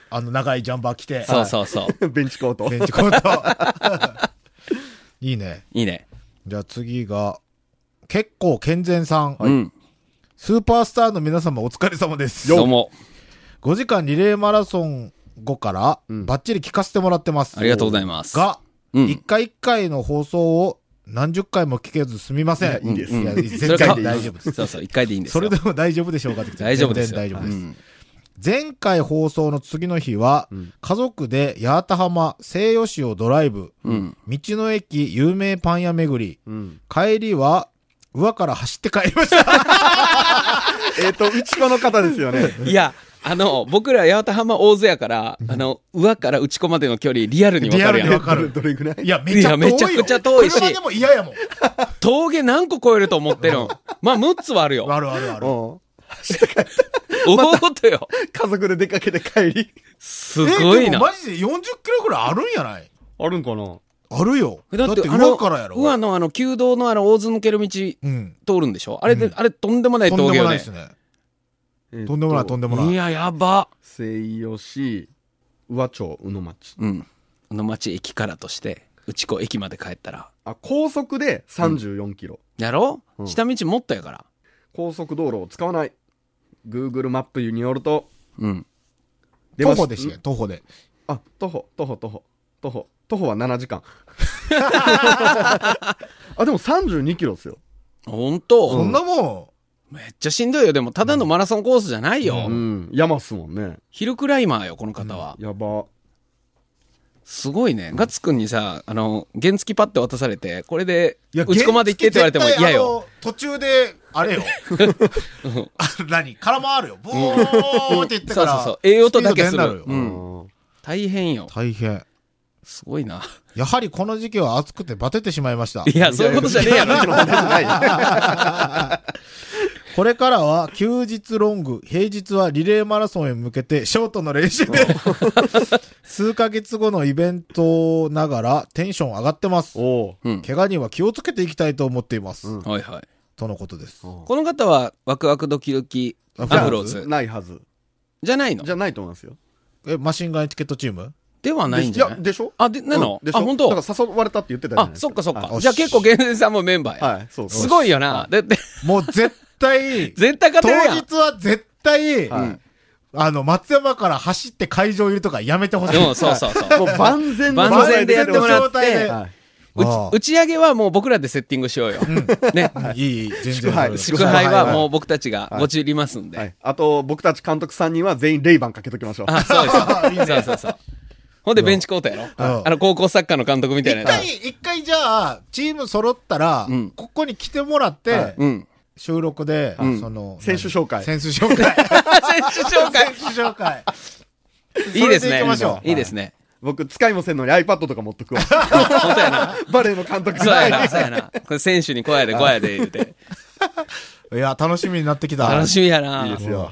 [SPEAKER 2] あの、長いジャンバー着て。
[SPEAKER 4] そうそうそう。
[SPEAKER 3] ベンチコート。
[SPEAKER 2] ベンチコート。 いいね。
[SPEAKER 4] いいね。
[SPEAKER 2] じゃあ次が、結構健全さん。
[SPEAKER 4] うん。
[SPEAKER 2] スーパースターの皆様お疲れ様です。
[SPEAKER 4] どうも。
[SPEAKER 2] 5時間リレーマラソン後から、
[SPEAKER 3] うん
[SPEAKER 2] バッチリ聞かせてもらってます。
[SPEAKER 4] ありがとうございます。
[SPEAKER 2] が、
[SPEAKER 4] うん
[SPEAKER 2] 一回一回の放送を何十回も聞けずすみません。
[SPEAKER 3] いやいいです
[SPEAKER 2] いや
[SPEAKER 4] そ
[SPEAKER 2] 全
[SPEAKER 4] れか
[SPEAKER 2] 回で大丈夫です。
[SPEAKER 4] そうそう、一回でいいんです
[SPEAKER 2] そ
[SPEAKER 4] よ。
[SPEAKER 2] れでも大丈夫でしょうかって来て
[SPEAKER 4] 大丈夫です
[SPEAKER 2] 全
[SPEAKER 4] よ。
[SPEAKER 2] 然大丈夫です。
[SPEAKER 4] うん
[SPEAKER 2] 前回放送の次の日は、
[SPEAKER 3] うん
[SPEAKER 2] 家族で八幡浜、西予市をドライブ、
[SPEAKER 4] うん。
[SPEAKER 2] 道の駅有名パン屋巡り、
[SPEAKER 3] うん。
[SPEAKER 2] 帰りは、宇和から走って帰りました。
[SPEAKER 3] えっと、うちこの方ですよね。
[SPEAKER 4] いや、あの、僕ら八幡浜大勢やから、あの、上から打ち子までの距離、リアルに分かるや
[SPEAKER 2] リアルにわ
[SPEAKER 4] ん
[SPEAKER 2] か。る
[SPEAKER 3] どれぐらい
[SPEAKER 2] いや、めちゃ
[SPEAKER 4] めちゃくちゃ遠いし
[SPEAKER 2] 車でも嫌やもん。
[SPEAKER 4] 峠何個超えると思ってるんまあ、6つはあるよ。
[SPEAKER 2] あるあるある。
[SPEAKER 3] うん
[SPEAKER 4] おおとよ。
[SPEAKER 3] 家族で出かけて帰り。
[SPEAKER 4] すご
[SPEAKER 2] え
[SPEAKER 4] い
[SPEAKER 2] で
[SPEAKER 4] な
[SPEAKER 2] も。マジで40キロぐらいあるんやない
[SPEAKER 3] あるんかな
[SPEAKER 2] あるよ。だって、
[SPEAKER 4] あ
[SPEAKER 2] 裏
[SPEAKER 4] の、
[SPEAKER 2] からやろ。
[SPEAKER 4] うわのあの、旧道のあの、大津抜ける道、通
[SPEAKER 2] うん。
[SPEAKER 4] るんでしょあれで、あれ、とんでもない
[SPEAKER 2] とん
[SPEAKER 4] 峠
[SPEAKER 2] でもな
[SPEAKER 4] よ
[SPEAKER 2] い
[SPEAKER 4] ね
[SPEAKER 2] で。すね。とんでもない、とん
[SPEAKER 3] で
[SPEAKER 2] でもないい。
[SPEAKER 4] や、やば。
[SPEAKER 3] 西予市、宇和町、宇野町。
[SPEAKER 4] うん。あの町駅からとして、内子駅まで帰ったら。
[SPEAKER 3] あ、高速で34キロ。
[SPEAKER 4] やろ
[SPEAKER 3] うん
[SPEAKER 4] 下道もっとやから。
[SPEAKER 3] 高速道路を使わない。Google マップによると、
[SPEAKER 4] うん。
[SPEAKER 3] 出ま
[SPEAKER 2] 徒
[SPEAKER 3] し
[SPEAKER 2] 歩でしね、徒歩で。
[SPEAKER 3] あ、徒歩、徒歩、徒歩、徒歩、徒歩は7時間。あ、でも32キロですよ。
[SPEAKER 4] ほんと、
[SPEAKER 2] そんなも
[SPEAKER 4] めっちゃしんどいよ。でも、ただのマラソンコースじゃないよ。
[SPEAKER 3] うん。山っすもんね。
[SPEAKER 4] ヒルクライマーよ、この方は。
[SPEAKER 3] やば。
[SPEAKER 4] すごいね。ガッツくんにさ、あの、原付きパッて渡されて、これで、
[SPEAKER 2] ん。いや
[SPEAKER 4] 打ち込まで行けって言われても
[SPEAKER 2] 原付
[SPEAKER 4] 嫌
[SPEAKER 2] 絶対
[SPEAKER 4] よ。
[SPEAKER 2] あの途中で、 あれよ。あ何空回るよ。ボーって言ってから。
[SPEAKER 4] うんそうそうそうええ音だけ
[SPEAKER 2] ス
[SPEAKER 4] する
[SPEAKER 2] ピード出んな
[SPEAKER 4] う
[SPEAKER 2] よ
[SPEAKER 4] ん大変よ。
[SPEAKER 2] 大変。
[SPEAKER 4] すごいな。
[SPEAKER 2] やはりこの時期は暑くてバテてしまいました。
[SPEAKER 4] いや、そういうことじゃねえやろ。
[SPEAKER 3] の話じゃない。
[SPEAKER 2] これからは休日ロング、平日はリレーマラソンへ向けてショートの練習 で、数ヶ月後のイベントながらテンション上がってます。
[SPEAKER 3] おう
[SPEAKER 4] うん。
[SPEAKER 2] 怪我には気をつけていきたいと思っています。
[SPEAKER 3] うん
[SPEAKER 4] はいはい。
[SPEAKER 2] とのことです。
[SPEAKER 4] この方は、ワクワクドキドキ、アフローズ。
[SPEAKER 3] ないはず。
[SPEAKER 4] じゃないの
[SPEAKER 3] じゃないと思いますよ。
[SPEAKER 2] え、マシンガンエチケットチーム
[SPEAKER 4] ではないん
[SPEAKER 3] で
[SPEAKER 4] じゃない
[SPEAKER 3] や、でしょ
[SPEAKER 4] あ、で、なの
[SPEAKER 3] うんでしょ
[SPEAKER 4] あ、本
[SPEAKER 3] だ
[SPEAKER 4] 当
[SPEAKER 3] から誘われたって言ってたじゃな
[SPEAKER 4] あ
[SPEAKER 3] い、です
[SPEAKER 4] そっかそっか
[SPEAKER 2] は。い
[SPEAKER 4] じゃあ結構、源泉さんもメンバーや。
[SPEAKER 3] はい、そう
[SPEAKER 4] す
[SPEAKER 3] い。
[SPEAKER 4] ごいよな。だって、、
[SPEAKER 2] もう絶対
[SPEAKER 4] 絶対
[SPEAKER 2] 当
[SPEAKER 4] 勝てるやん。
[SPEAKER 2] 日は絶対、
[SPEAKER 3] はい
[SPEAKER 2] あの、松山から走って会場入りとかやめてほしい。
[SPEAKER 4] うん、そうそうそう。
[SPEAKER 3] もう万全の
[SPEAKER 4] 万全でやってもらっ
[SPEAKER 2] 万全の状態
[SPEAKER 4] て
[SPEAKER 2] で、
[SPEAKER 3] はいう
[SPEAKER 4] ち
[SPEAKER 2] ああ
[SPEAKER 4] 打ち上げはもう僕らでセッティングしようよ。ね。
[SPEAKER 2] いい、いい、全
[SPEAKER 3] 祝
[SPEAKER 2] 然。
[SPEAKER 3] 杯
[SPEAKER 4] 祝杯はもう僕たちがごちりますん
[SPEAKER 3] は
[SPEAKER 4] で。
[SPEAKER 3] い。あと、僕たち監督3人は全員レイバンかけときましょう。
[SPEAKER 4] あ、そうです。そうそうそう。ほんでベンチコートやろあの高校サッカーの監督みたいな
[SPEAKER 2] 一
[SPEAKER 4] やつ。
[SPEAKER 2] 回、一回じゃあ、チーム揃ったら、
[SPEAKER 4] うん
[SPEAKER 2] ここに来てもらって、
[SPEAKER 3] はい
[SPEAKER 4] うん。
[SPEAKER 2] 収録で、
[SPEAKER 4] うん
[SPEAKER 2] その、
[SPEAKER 3] 選手紹介
[SPEAKER 2] 選手紹介。
[SPEAKER 4] 選手紹介。
[SPEAKER 2] 選手紹介。
[SPEAKER 4] いいで
[SPEAKER 2] そ
[SPEAKER 4] すね
[SPEAKER 2] れで行きましょ。う
[SPEAKER 4] いいですね。
[SPEAKER 3] 僕、使いもせんのに iPad とか持っとくわ。
[SPEAKER 4] 本当やな。
[SPEAKER 3] バレーの監督
[SPEAKER 4] そうやな、そうやな。これ選手に声で声で言うて。
[SPEAKER 2] いや、楽しみになってきた。
[SPEAKER 4] 楽しみやな。
[SPEAKER 3] いいですよ。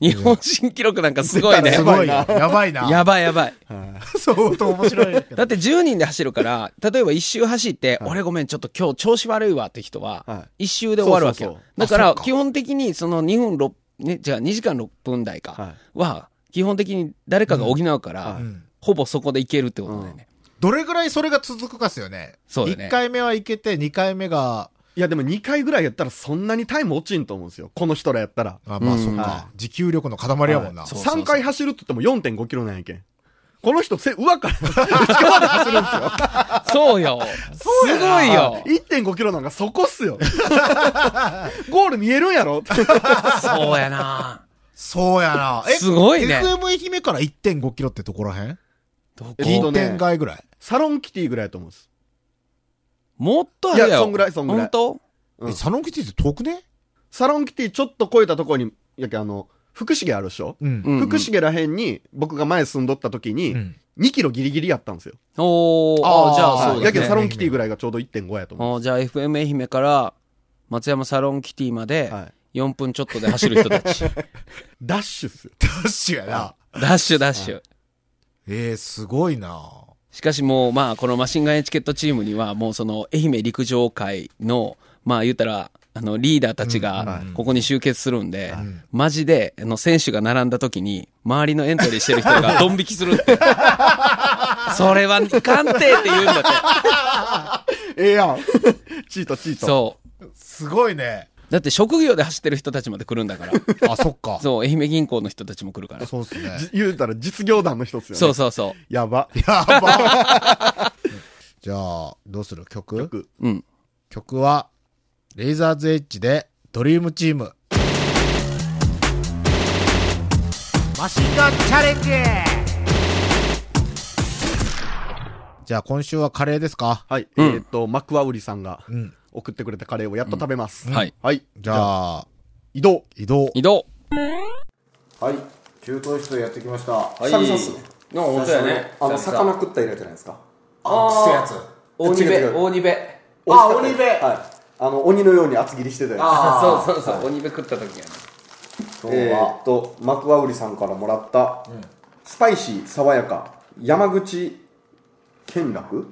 [SPEAKER 4] 日本新記録なんかすごいね。
[SPEAKER 2] すごいよ。やばいな。
[SPEAKER 4] やばいやばい。
[SPEAKER 2] 相当面白いけ
[SPEAKER 4] だ
[SPEAKER 2] ど。
[SPEAKER 4] って10人で走る から、例えば1周走って、俺ごめん、ちょっと今日調子悪いわって人
[SPEAKER 3] は
[SPEAKER 4] は、1周で終わるわけ
[SPEAKER 3] そう
[SPEAKER 4] よ
[SPEAKER 3] そう。
[SPEAKER 4] だから、基本的にその2分6、ね、じゃあ2時間6分台か
[SPEAKER 3] は
[SPEAKER 4] は、基本的に誰かが補うから
[SPEAKER 3] う、
[SPEAKER 4] ほぼそこでいけるってことだよね。
[SPEAKER 2] どれぐらいそれが続くかっすよね。
[SPEAKER 4] そうだね
[SPEAKER 2] 1回目はいけて、2回目が、
[SPEAKER 3] いや、でも2回ぐらいやったらそんなにタイム落ちんと思うんですよ。この人らやったら。
[SPEAKER 2] あまあ
[SPEAKER 4] うん
[SPEAKER 2] そっか。持久力の塊やもんな。
[SPEAKER 4] はいそう
[SPEAKER 3] 3回走るって言っても4.5キロなんやけん。この人、せ、上から、内側で走るんですよ。
[SPEAKER 4] そうよ。すごいよ。
[SPEAKER 3] 1.5キロなんかそこっすよ。 ゴール見えるんやろ
[SPEAKER 4] そうやな。
[SPEAKER 2] そうやな。え、
[SPEAKER 4] すごいね
[SPEAKER 2] FM 愛媛から1.5キロってとこらへん
[SPEAKER 4] どこ
[SPEAKER 3] えっと
[SPEAKER 2] 近
[SPEAKER 3] ね
[SPEAKER 2] 点街ぐらい。
[SPEAKER 3] サロンキティぐらいやと思うんです。
[SPEAKER 4] もっとあれや
[SPEAKER 3] い
[SPEAKER 4] よ。
[SPEAKER 3] やそんぐらいそんぐらい
[SPEAKER 4] 本当
[SPEAKER 3] うん
[SPEAKER 2] えサロンキティって遠くね
[SPEAKER 3] サロンキティちょっと超えたとこに、やけんあの、福重あるでしょ、
[SPEAKER 2] うん。
[SPEAKER 4] うんうん
[SPEAKER 3] 福重らへんに、僕が前住んどった時
[SPEAKER 2] う
[SPEAKER 3] に、
[SPEAKER 2] ん。
[SPEAKER 3] 2キロギリギリやったんですよ。
[SPEAKER 4] おー、あーじゃあ
[SPEAKER 2] あー
[SPEAKER 4] そう
[SPEAKER 3] や
[SPEAKER 4] だ
[SPEAKER 3] けど
[SPEAKER 4] ね
[SPEAKER 3] サ。ロンキティぐらいがちょうど1.5やと
[SPEAKER 4] あ
[SPEAKER 3] 思う。
[SPEAKER 4] ーじゃあ FM 愛媛から松山サロンキティまで
[SPEAKER 3] はい
[SPEAKER 4] 4分ちょっとで走る人たち。
[SPEAKER 3] ダッシュっすよ。
[SPEAKER 2] ダッシュやな。
[SPEAKER 4] ダッシュダッシュ。
[SPEAKER 2] えー、すごいな。
[SPEAKER 4] しかしもうまあこのマシンガンエチケットチームにはもうその愛媛陸上界のまあ言ったらあのリーダーたちがここに集結するんで、マジであの選手が並んだ時に周りのエントリーしてる人がドン引きするって。それはいかんてって言うんだって。
[SPEAKER 3] ええや ん。チートチート。
[SPEAKER 4] そう。
[SPEAKER 2] すごいね。
[SPEAKER 4] だって職業で走ってる人たちまで来るんだから。
[SPEAKER 2] あ、そっ か。
[SPEAKER 4] そう、愛媛銀行の人たちも来るから。そ
[SPEAKER 2] そうっすね。
[SPEAKER 3] じ言うたら実業団の一つよね。
[SPEAKER 4] うそうそ
[SPEAKER 3] やば。
[SPEAKER 2] やば。じゃあ、どうする曲曲
[SPEAKER 4] う。うん。
[SPEAKER 2] は、レイザーズエッジで、ドリームチーム。マシンガンチャレンジじゃあ今週はカレーですか
[SPEAKER 3] はい。
[SPEAKER 4] うん
[SPEAKER 3] えっと、マクワウリさんが
[SPEAKER 2] うん。
[SPEAKER 3] 送ってくれたカレーをやっと食べます。
[SPEAKER 4] うんはい。
[SPEAKER 3] はい。
[SPEAKER 2] じゃあ、
[SPEAKER 3] 移動。
[SPEAKER 2] 移動。
[SPEAKER 4] 移動。
[SPEAKER 5] はい、給湯室やってきました。
[SPEAKER 4] はい。
[SPEAKER 5] 久々っすね。
[SPEAKER 4] の、本当やね。
[SPEAKER 5] あの、
[SPEAKER 4] 久
[SPEAKER 5] 魚
[SPEAKER 4] 々
[SPEAKER 5] 食った以来じゃないですか。
[SPEAKER 4] あー
[SPEAKER 5] くせえやつ
[SPEAKER 4] 大に
[SPEAKER 5] 違う
[SPEAKER 4] べ、
[SPEAKER 5] 違う
[SPEAKER 4] 大にべ。
[SPEAKER 5] あ、鬼べ。
[SPEAKER 3] はい。あの、鬼のように厚切りしてたや
[SPEAKER 4] ああ、そうそうそう。大にべ食った時やね。
[SPEAKER 5] 今日はえーっと、マクワウリさんからもらった、スパイシー、爽やか、山口県楽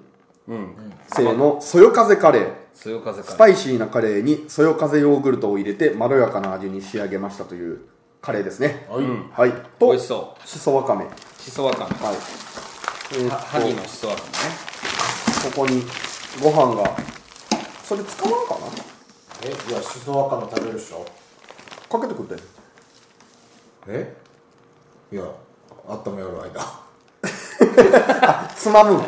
[SPEAKER 4] うん。
[SPEAKER 5] 製のそよ風カレー。
[SPEAKER 4] そよ風
[SPEAKER 5] ス
[SPEAKER 4] か
[SPEAKER 5] パ
[SPEAKER 4] ら。
[SPEAKER 5] イシーなカレーにそよ風ヨーグルトを入れてまろやかな味に仕上げましたというカレーですね。はい。はい。
[SPEAKER 4] 美
[SPEAKER 5] と、
[SPEAKER 4] 味しそ
[SPEAKER 5] しそわかめ。はい。
[SPEAKER 4] しそわかめ。
[SPEAKER 5] えーっと
[SPEAKER 4] 萩のしそわかめね。
[SPEAKER 5] ここにご飯がそれ使わんかな
[SPEAKER 2] え、いや、しそわかめ食べるでしょ
[SPEAKER 5] かけてくれて
[SPEAKER 2] えいや、あっためやる間。
[SPEAKER 5] つまむ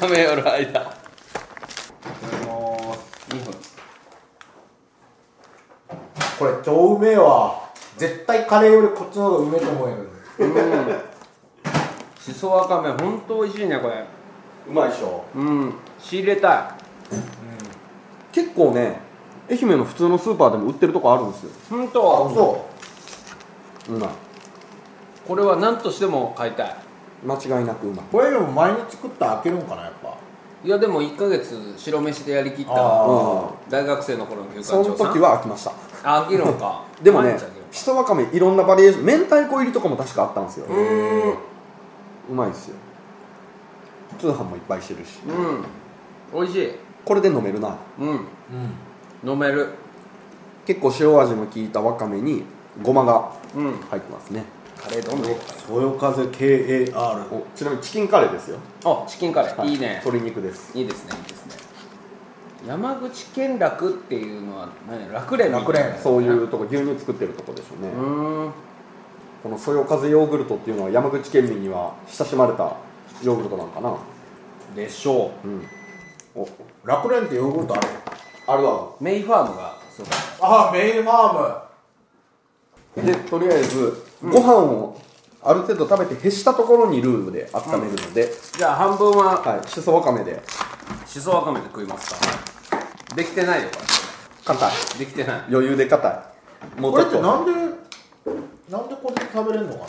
[SPEAKER 4] 食べよる間。2分。
[SPEAKER 2] これ超うめえわ。絶対カレーよりこっちの方がうめえと思える。
[SPEAKER 4] しそわかめ、ほんと美味しいね、これ。
[SPEAKER 5] うまいでしょ
[SPEAKER 4] うん。仕入れた
[SPEAKER 5] 結構ね愛媛の普通のスーパーでも売ってるとこあるんですよ
[SPEAKER 4] い。ほんと
[SPEAKER 5] そううまい
[SPEAKER 4] これは何としても買いたい。
[SPEAKER 5] 間違いなくうまい
[SPEAKER 2] これでも毎日食ったら開けるんかな、やっぱ。
[SPEAKER 4] いやでも1ヶ月白飯でやりきった
[SPEAKER 2] あ
[SPEAKER 5] ー
[SPEAKER 4] 大学生の頃の休館
[SPEAKER 5] その時は飽きました
[SPEAKER 4] あ議論か
[SPEAKER 5] でもね
[SPEAKER 4] 毎日あ議論
[SPEAKER 5] しそわかめいろんなバリエーション明太子入りとかも確かあったんですようまいですよ通販もいっぱいしてるし
[SPEAKER 4] うん美味しい
[SPEAKER 5] これで飲めるな
[SPEAKER 4] うん、飲める
[SPEAKER 5] 結構塩味も効いたわかめにごまが
[SPEAKER 4] うん
[SPEAKER 5] 入ってますね、
[SPEAKER 4] カレーどんどん
[SPEAKER 2] そよ風 KAR。
[SPEAKER 5] おちなみにチキンカレーですよ
[SPEAKER 4] あチキンカレー、、
[SPEAKER 5] はい
[SPEAKER 4] いね
[SPEAKER 5] 鶏肉です
[SPEAKER 4] いいですねいいですね山口県楽っていうのは何や楽連みたいな
[SPEAKER 2] 楽連
[SPEAKER 5] そういうとこ牛乳作ってるとこでしょうね、
[SPEAKER 4] うーん
[SPEAKER 5] このそよ風ヨーグルトっていうのは山口県民には親しまれたヨーグルトなんかな
[SPEAKER 4] でしょう
[SPEAKER 5] うんお
[SPEAKER 2] 楽連ってヨーグルトある
[SPEAKER 5] あるわ
[SPEAKER 4] メイファームがそうだ
[SPEAKER 2] あ、メインファー
[SPEAKER 5] でとりあえずご飯をある程度食べてへしたところにルームで温めるので、
[SPEAKER 4] じゃあ半分は
[SPEAKER 5] はいしそわかめで
[SPEAKER 4] しそわかめで食いますかできてないよこれ
[SPEAKER 5] 硬い
[SPEAKER 4] できてない
[SPEAKER 5] 余裕で硬いも
[SPEAKER 6] こ
[SPEAKER 5] う
[SPEAKER 6] れ
[SPEAKER 5] ちょ
[SPEAKER 6] っ
[SPEAKER 5] ってと
[SPEAKER 6] なんで、なんでこれ食べれんのかな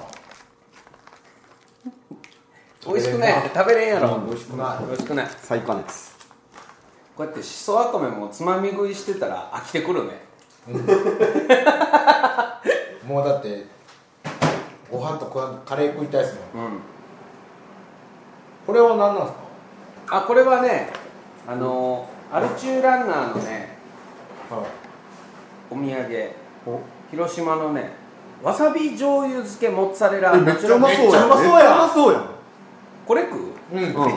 [SPEAKER 4] 美味しくない食べれんやろ
[SPEAKER 5] 美味しくない
[SPEAKER 4] 美味しくない
[SPEAKER 5] 最高です
[SPEAKER 4] こうやってしそわかめもつまみ食いしてたら飽きてくるね
[SPEAKER 2] もうだってご飯とかカレー食いたいですもん
[SPEAKER 4] うん
[SPEAKER 2] これは何なんです
[SPEAKER 4] あこれはねあのーアルチューランナーのね
[SPEAKER 2] かはい
[SPEAKER 4] お土産広島のねわさび醤油漬けモッツァレラめっちゃうま
[SPEAKER 5] そうやん
[SPEAKER 2] めっちゃうまそうやん
[SPEAKER 5] めっちゃうまそうやん
[SPEAKER 4] これ食う
[SPEAKER 2] うん
[SPEAKER 5] うん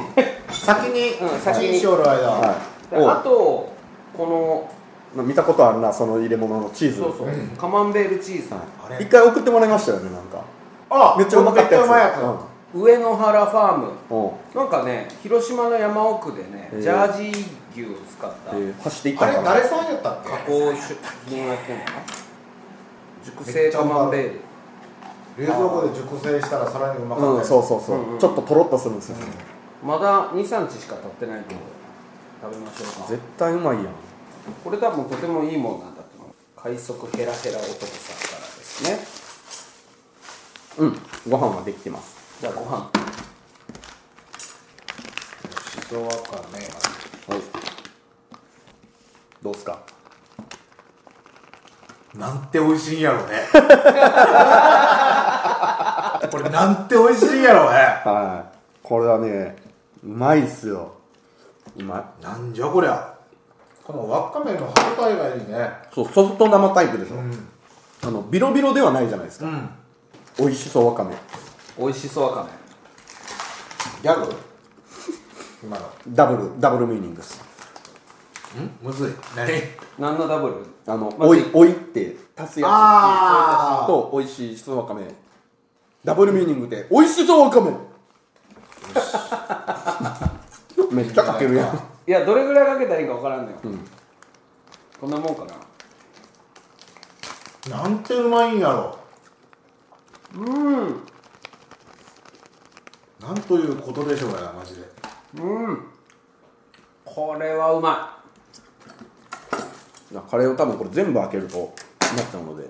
[SPEAKER 2] 先に
[SPEAKER 4] うん先に
[SPEAKER 2] 先にしおる間は
[SPEAKER 4] で
[SPEAKER 5] おう
[SPEAKER 4] あとこ
[SPEAKER 5] 見たことあるなその入れ物のチー
[SPEAKER 4] の
[SPEAKER 5] ズ
[SPEAKER 4] そうそう、カマンベールチーズさん
[SPEAKER 5] はい一回送ってもらいましたよねなんか
[SPEAKER 2] あ
[SPEAKER 5] めっちゃうまかった
[SPEAKER 2] めっちゃ
[SPEAKER 5] やつ
[SPEAKER 2] うまいやつ
[SPEAKER 4] 上野原ファーム
[SPEAKER 5] うんうん
[SPEAKER 4] なんかね広島の山奥でね
[SPEAKER 5] へえ
[SPEAKER 4] ジャージー牛を使った
[SPEAKER 5] えー走っていった
[SPEAKER 2] あれ
[SPEAKER 5] のかな
[SPEAKER 2] 誰さんやったっけ
[SPEAKER 4] 加工食品をやってんのかな熟成カマンベール
[SPEAKER 2] 冷蔵庫で熟成したらさらにうまかった
[SPEAKER 5] うん、
[SPEAKER 2] やつ
[SPEAKER 5] そうそうそう、
[SPEAKER 4] うんうん
[SPEAKER 5] ちょっととろっとするんですよ、
[SPEAKER 4] まだ23日しか経ってないけど食べましょうか
[SPEAKER 5] 絶対うまいやん
[SPEAKER 4] これ多分とてもいいもんなんだと思う快速ヘラヘラ男さんからですね
[SPEAKER 5] うんご飯はできてます
[SPEAKER 4] じゃあご飯
[SPEAKER 2] しそわかめ
[SPEAKER 5] はいどうすか
[SPEAKER 2] なんて美味しいんやろうねこれなんて美味しいんやろうね
[SPEAKER 5] はいこれはねうまいっすようま
[SPEAKER 2] なんじゃこりゃこのわかめの歯応えがいいね
[SPEAKER 5] いそうソフト生タイプでしょ、あのビロビロではないじゃないですか、
[SPEAKER 2] ん
[SPEAKER 5] 美味しそうわかめ
[SPEAKER 4] 美味しそうわか
[SPEAKER 2] ギ ャグ今の
[SPEAKER 5] ダブルダブルミーニングです
[SPEAKER 2] むずい何
[SPEAKER 4] め何のダブル
[SPEAKER 5] あの、
[SPEAKER 4] まず
[SPEAKER 5] おいおいって足すやつ
[SPEAKER 2] あー
[SPEAKER 5] と美味しいしそわかめダブルミーニングで美味しそうわかめめっちゃかけるやん
[SPEAKER 4] いやどれぐらいかけたらいいか分からんのよ、
[SPEAKER 5] ん
[SPEAKER 4] こんなもんかな
[SPEAKER 2] なんてうまいんやろ
[SPEAKER 4] うん
[SPEAKER 2] なんということでしょうやマジで
[SPEAKER 4] うんこれはうま
[SPEAKER 5] いやカレーを多分これ全部開けるとなっちゃうので